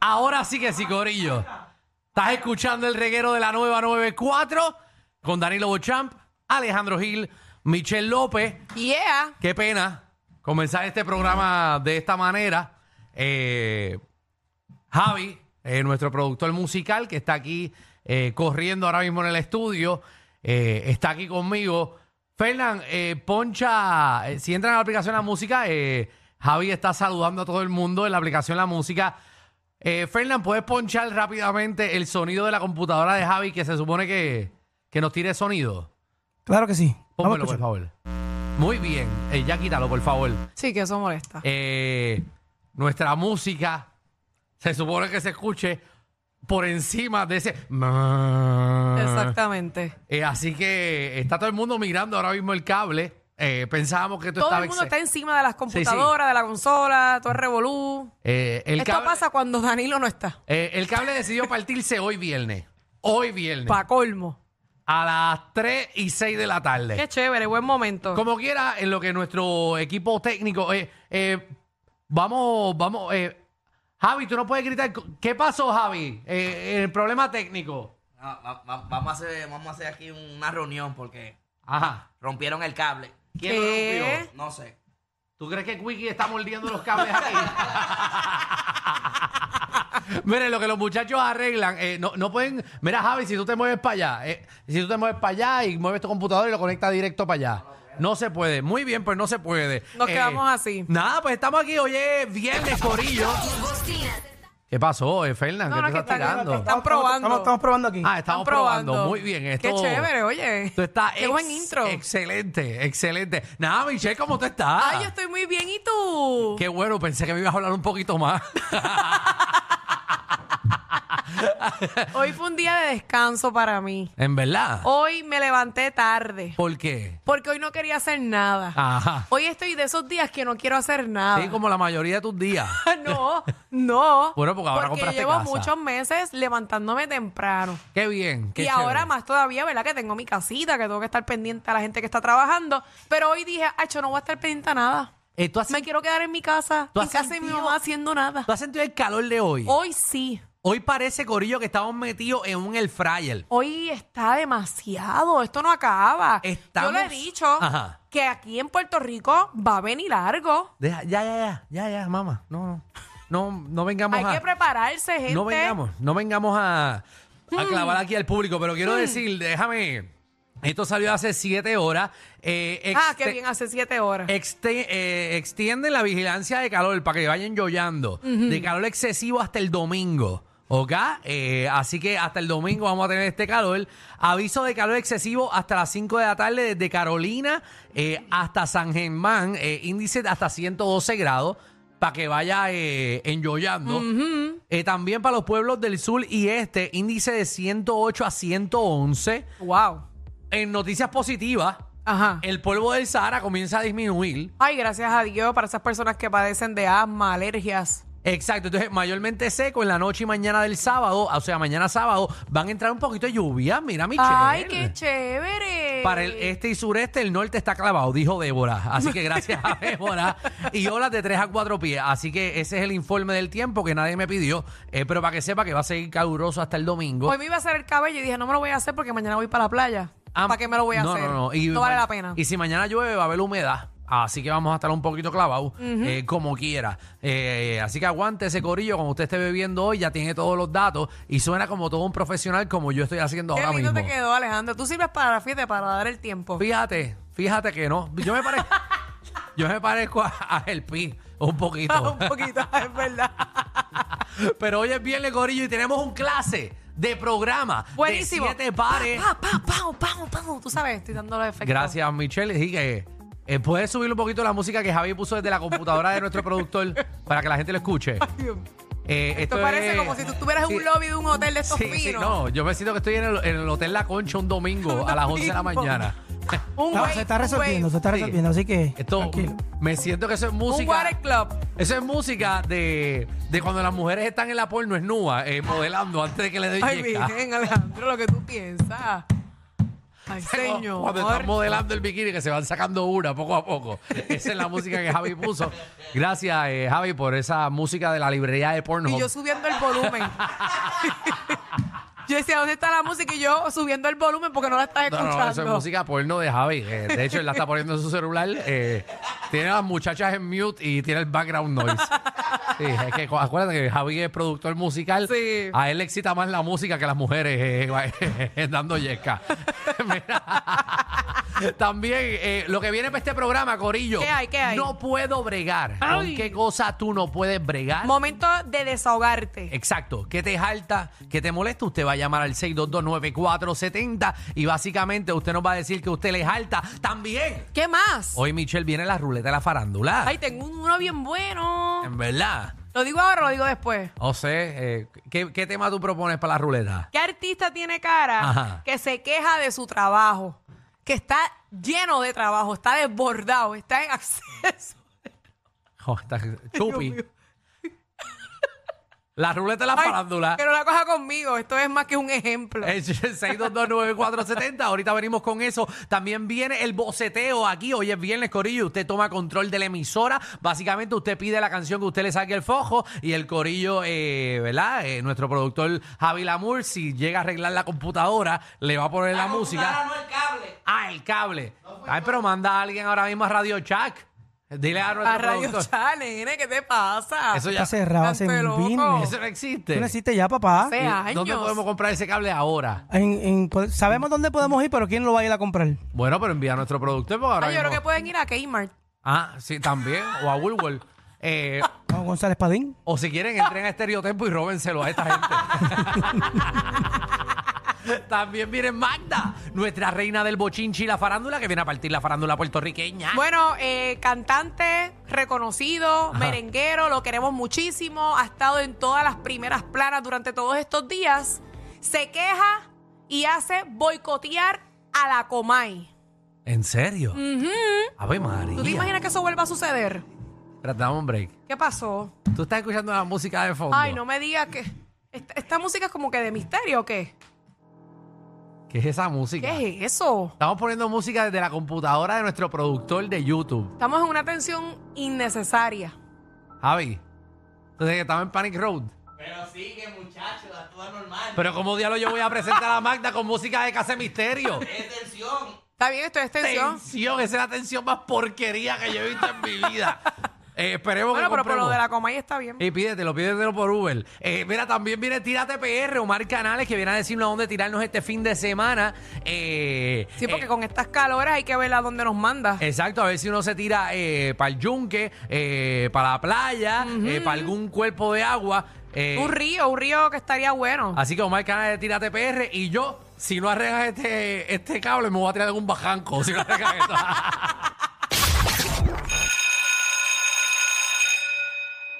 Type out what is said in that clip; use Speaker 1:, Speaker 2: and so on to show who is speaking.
Speaker 1: Así que sí, Corillo. Estás escuchando el reguero de la nueva 94 con Danilo Bochamp, Alejandro Gil, Michelle López.
Speaker 2: Yeah.
Speaker 1: Qué pena comenzar este programa de esta manera. Eh, Javi, eh, nuestro productor musical, que está aquí eh, corriendo ahora mismo en el estudio, eh, está aquí conmigo. Fernán, eh, Poncha, eh, si entran a la aplicación La Música, eh, Javi está saludando a todo el mundo en la aplicación La Música. Eh, Fernán, ¿puedes ponchar rápidamente el sonido de la computadora de Javi que se supone que, que nos tire sonido?
Speaker 3: Claro que sí. Vamos a
Speaker 1: Pónmelo, por
Speaker 3: escuchar.
Speaker 1: favor. Muy bien. Eh, ya quítalo, por favor.
Speaker 2: Sí, que eso molesta.
Speaker 1: Eh, nuestra música se supone que se escuche por encima de ese. ah.
Speaker 2: Exactamente.
Speaker 1: Eh, así que está todo el mundo mirando ahora mismo el cable. Eh, pensábamos que esto
Speaker 2: Todo
Speaker 1: estaba
Speaker 2: el mundo
Speaker 1: exe-
Speaker 2: está encima de las computadoras, de la consola, todo el revolú.
Speaker 1: Eh, el,
Speaker 2: Esto
Speaker 1: cable,
Speaker 2: pasa cuando Danilo no está.
Speaker 1: eh, el cable decidió partirse hoy viernes. Hoy viernes.
Speaker 2: Pa' colmo.
Speaker 1: a las 3 y 6 de la tarde.
Speaker 2: Qué chévere, buen momento.
Speaker 1: Como quiera, en lo que nuestro equipo técnico. eh, eh, vamos, vamos. eh, Javi, tú no puedes gritar. ¿Qué pasó, Javi? Eh, el problema técnico.
Speaker 4: Ah, va- va- vamos, a hacer, vamos a hacer aquí una reunión porque
Speaker 1: Ajá.
Speaker 4: rompieron el cable. ¿Quién lo
Speaker 2: ¿Qué?
Speaker 4: rompió? No sé.
Speaker 1: ¿Tú crees que Quickie está mordiendo los cables aquí? Miren, lo que los muchachos arreglan, eh, no, no pueden. Mira, Javi, si tú te mueves para allá, eh, si tú te mueves para allá y mueves tu computador y lo conectas directo para allá. No se puede. Muy bien, pues no se puede.
Speaker 2: Nos quedamos así.
Speaker 1: Nada, pues estamos aquí. Oye, viernes, Corillo. ¿Qué pasó, eh, Fernan?
Speaker 2: No,
Speaker 1: ¿Qué
Speaker 2: no,
Speaker 1: te
Speaker 2: que
Speaker 1: estás
Speaker 2: están-
Speaker 1: tirando?
Speaker 2: que están- probando.
Speaker 3: Estamos, estamos probando aquí.
Speaker 1: Ah, estamos probando. Muy bien. Esto,
Speaker 2: Qué chévere, oye.
Speaker 1: Tú estás
Speaker 2: Qué buen
Speaker 1: ex-
Speaker 2: intro.
Speaker 1: Excelente, excelente. Nada, Michelle, ¿cómo tú estás?
Speaker 2: Ay, yo estoy muy bien. ¿Y tú?
Speaker 1: Qué bueno, pensé que me ibas a hablar un poquito más.
Speaker 2: Hoy fue un día de descanso para mí.
Speaker 1: En verdad.
Speaker 2: Hoy me levanté tarde.
Speaker 1: ¿Por qué?
Speaker 2: Porque hoy no quería hacer nada.
Speaker 1: Ajá.
Speaker 2: Hoy estoy de esos días que no quiero hacer nada.
Speaker 1: Ah. Sí, como la mayoría de tus días.
Speaker 2: Ah, no, no.
Speaker 1: Bueno, porque ahora compraste
Speaker 2: llevo
Speaker 1: casa.
Speaker 2: muchos meses levantándome temprano.
Speaker 1: Qué bien. Qué
Speaker 2: y
Speaker 1: chévere.
Speaker 2: ahora más todavía, ¿verdad? Que tengo mi casita, que tengo que estar pendiente a la gente que está trabajando. Pero hoy dije, ay, yo no voy a estar pendiente a nada.
Speaker 1: Eh, ¿tú, has,
Speaker 2: Me quiero quedar en mi casa,
Speaker 1: ¿Tú
Speaker 2: en
Speaker 1: has
Speaker 2: casa de mi
Speaker 1: sentido-
Speaker 2: mamá haciendo nada.
Speaker 1: tú has sentido el calor de hoy?
Speaker 2: Hoy sí.
Speaker 1: Hoy parece, Corillo, que estamos metidos en un el fryer.
Speaker 2: Hoy está demasiado, esto no acaba.
Speaker 1: Estamos-
Speaker 2: Yo le he dicho
Speaker 1: Ajá.
Speaker 2: que aquí en Puerto Rico va a venir largo.
Speaker 1: Deja- ya, ya, ya, ya, ya, mamá. No, no. No, no vengamos
Speaker 2: Hay
Speaker 1: a...
Speaker 2: que prepararse, gente. Mm.
Speaker 1: No vengamos, no vengamos a, a clavar aquí al público, pero quiero decir, déjame. Esto salió hace siete horas. eh,
Speaker 2: Ah,
Speaker 1: exte-
Speaker 2: qué bien, hace siete horas.
Speaker 1: exte- eh, extienden la vigilancia de calor para que vayan yoyando. De calor excesivo hasta el domingo. ¿Ok? Eh, así que hasta el domingo vamos a tener este calor. Aviso de calor excesivo hasta las 5 de la tarde desde Carolina eh, hasta San Germán. eh, índice de hasta 112 grados para que vaya eh, enyoyando. Eh, también para los pueblos del sur y este, índice de 108 a 111.
Speaker 2: Wow.
Speaker 1: En noticias positivas,
Speaker 2: Ajá.
Speaker 1: el polvo del Sahara comienza a disminuir.
Speaker 2: Ay, gracias a Dios para esas personas que padecen de asma, alergias.
Speaker 1: Exacto, entonces mayormente seco en la noche y mañana del sábado, o sea, mañana sábado, van a entrar un poquito de lluvia. Mira, Michelle.
Speaker 2: Ay, qué chévere.
Speaker 1: Para el este y sureste, el norte está clavado, dijo Débora. Así que gracias a Débora. Y olas de 3 a 4 pies. Así que ese es el informe del tiempo que nadie me pidió. Eh, pero para que sepa que va a seguir caluroso hasta el domingo.
Speaker 2: Hoy me iba a hacer el cabello y dije, no me lo voy a hacer porque mañana voy para la playa.
Speaker 1: Ah,
Speaker 2: ¿Para qué me lo voy a
Speaker 1: no,
Speaker 2: hacer?
Speaker 1: No, no, Y
Speaker 2: no vale
Speaker 1: ma-
Speaker 2: la pena.
Speaker 1: Y si mañana llueve, va a haber humedad. Así que vamos a estar un poquito clavados, eh, como quiera. Eh, así que aguante ese corillo, como usted esté bebiendo hoy, ya tiene todos los datos y suena como todo un profesional como yo estoy haciendo
Speaker 2: Qué
Speaker 1: ahora
Speaker 2: lindo
Speaker 1: mismo.
Speaker 2: te quedó, Alejandro. Tú sirves para la fiesta, para dar el tiempo.
Speaker 1: Fíjate, fíjate que no. Yo me parezco, yo me parezco a, a El Pi un poquito.
Speaker 2: un poquito, es verdad.
Speaker 1: Pero hoy es viernes, corillo, y tenemos un clase de programa
Speaker 2: Buenísimo.
Speaker 1: de siete pares.
Speaker 2: Pa, pa, pa, pa, pa, pa. Tú sabes, estoy dando los efectos.
Speaker 1: Gracias, Michelle. Y que eh, puedes subir un poquito la música que Javi puso desde la computadora de nuestro productor para que la gente lo escuche.
Speaker 2: Dios.
Speaker 1: Eh,
Speaker 2: Esto parece
Speaker 1: es-
Speaker 2: como si tú estuvieras en
Speaker 1: Sí,
Speaker 2: un lobby de un hotel de estos
Speaker 1: Sí,
Speaker 2: finos.
Speaker 1: sí, no, yo me siento que estoy en el, en el Hotel La Concha un domingo a las 11 de la
Speaker 2: domingo.
Speaker 1: mañana.
Speaker 2: Un
Speaker 3: No,
Speaker 2: wave-
Speaker 3: se está
Speaker 2: un
Speaker 3: resolviendo, se
Speaker 2: wave-
Speaker 3: está
Speaker 1: Sí.
Speaker 3: resolviendo, así que
Speaker 1: Esto,
Speaker 3: tranquilo.
Speaker 1: me siento que eso es
Speaker 2: Un
Speaker 1: música.
Speaker 2: water club.
Speaker 1: Eso es música de, de cuando las mujeres están en la porno esnúa, eh, modelando antes de que le den
Speaker 2: Ay,
Speaker 1: yesca.
Speaker 2: miren, Alejandro, lo que tú piensas. Ay,
Speaker 1: Cuando-
Speaker 2: señor.
Speaker 1: Cuando están modelando el bikini, que se van sacando una poco a poco. Esa es la música que Javi puso. Gracias, eh, Javi, por esa música de la librería de Pornhub.
Speaker 2: Y yo subiendo el volumen. yo decía, ¿dónde está la música? Y yo subiendo el volumen porque no la estás
Speaker 1: No, no, eso
Speaker 2: escuchando.
Speaker 1: es música porno de Javi. Eh, de hecho, él la está poniendo en su celular. eh, tiene a las muchachas en mute y tiene el background noise. Sí, es que cu- acuérdate que Javi es productor musical.
Speaker 2: Sí.
Speaker 1: A él le excita más la música que las mujeres eh, dando yesca. Mira. También eh, lo que viene para este programa, Corillo.
Speaker 2: ¿Qué hay, qué hay?
Speaker 1: No puedo bregar. ¿Con
Speaker 2: Ay.
Speaker 1: qué cosa tú no puedes bregar?
Speaker 2: Momento de desahogarte.
Speaker 1: Exacto, que te jalta, que te molesta, usted va a llamar al 6229470 y básicamente usted nos va a decir que usted le jalta también.
Speaker 2: ¿Qué más?
Speaker 1: Hoy Michelle viene la ruleta de la farándula.
Speaker 2: Ay, tengo uno bien bueno.
Speaker 1: En verdad.
Speaker 2: ¿Lo digo ahora o lo digo después?
Speaker 1: O sea, eh, ¿qué, qué tema tú propones para la ruleta?
Speaker 2: ¿Qué artista tiene cara
Speaker 1: Ajá.
Speaker 2: que se queja de su trabajo? Que está lleno de trabajo, está desbordado, está en acceso.
Speaker 1: Oh, está- chupi. La ruleta de la
Speaker 2: Ay,
Speaker 1: farándula.
Speaker 2: Pero la cosa conmigo, esto es más que un ejemplo.
Speaker 1: El 6229470. Ahorita venimos con eso. También viene el boceteo aquí. Hoy es viernes, Corillo. Usted toma control de la emisora. Básicamente, usted pide la canción que usted le saque el fojo. Y el Corillo, eh, ¿verdad? Eh, nuestro productor Javi Lamour, si llega a arreglar la computadora, le va a poner la, música.
Speaker 4: No el cable.
Speaker 1: Ah, el cable. Ay, pero manda a alguien ahora mismo a Radio Shack. Dile a nuestro
Speaker 2: A Radio
Speaker 1: productor.
Speaker 2: Chá, nene, ¿qué te pasa?
Speaker 1: Eso ya.
Speaker 3: Está cerrado hace
Speaker 2: Tanto loco.
Speaker 3: un vino.
Speaker 1: Eso no existe.
Speaker 3: Tú no existe ya, papá.
Speaker 2: Hace años.
Speaker 1: ¿Dónde podemos comprar ese cable ahora?
Speaker 3: En- en- pod- sabemos dónde podemos ir, pero ¿quién lo va a ir a comprar?
Speaker 1: Bueno, pero envía a nuestro productor porque ahora
Speaker 2: Ay, Ah, yo creo
Speaker 1: mismo-
Speaker 2: que pueden ir a Kmart.
Speaker 1: Ah, sí, también. O a Woolworth. Eh,
Speaker 3: ¿A González Padín?
Speaker 1: o si quieren, entren a Estereotempo y róbenselo a esta gente. También viene Magda, nuestra reina del bochinchi y la farándula, que viene a partir la farándula puertorriqueña.
Speaker 2: Bueno, eh, cantante reconocido, merenguero, lo queremos muchísimo. Ha estado en todas las primeras planas durante todos estos días. Se queja y hace boicotear a la Comay.
Speaker 1: ¿En serio? Ave
Speaker 2: ¿Tú te
Speaker 1: María.
Speaker 2: imaginas que eso vuelva a suceder?
Speaker 1: Espérate, dame un break.
Speaker 2: ¿Qué pasó?
Speaker 1: Tú estás escuchando la música de fondo.
Speaker 2: Ay, no me digas que. Esta, esta música es como que de misterio o qué?
Speaker 1: ¿Qué es esa música?
Speaker 2: ¿Qué es eso?
Speaker 1: Estamos poniendo música desde la computadora de nuestro productor de YouTube.
Speaker 2: Estamos en una tensión innecesaria.
Speaker 1: Javi. Entonces, que estaba en Panic Road.
Speaker 4: Pero sigue, muchachos, actúa normal.
Speaker 1: Pero ¿cómo diablo yo voy a presentar a Magda con música de Casa Misterio?
Speaker 4: Es tensión.
Speaker 2: Está bien, esto es tensión.
Speaker 1: Tensión. esa es la tensión más porquería que yo he visto en mi vida. Eh, esperemos
Speaker 2: Bueno,
Speaker 1: que
Speaker 2: pero por lo
Speaker 1: compremos.
Speaker 2: de la Comay está bien.
Speaker 1: Y pídetelo, pídetelo por Uber. Eh, mira, también viene Tírate PR, Omar Canales, que viene a decirnos a dónde tirarnos este fin de semana. Eh,
Speaker 2: Sí, porque
Speaker 1: eh,
Speaker 2: con estas calores hay que ver a dónde nos manda.
Speaker 1: Exacto, a ver si uno se tira para el yunque, para la playa, para algún cuerpo de agua. eh,
Speaker 2: un río, un río que estaría bueno.
Speaker 1: Así que Omar Canales de Tírate PR y yo, si no arreglas este, este cable, me voy a tirar algún bajanco. Si no arreglas esto.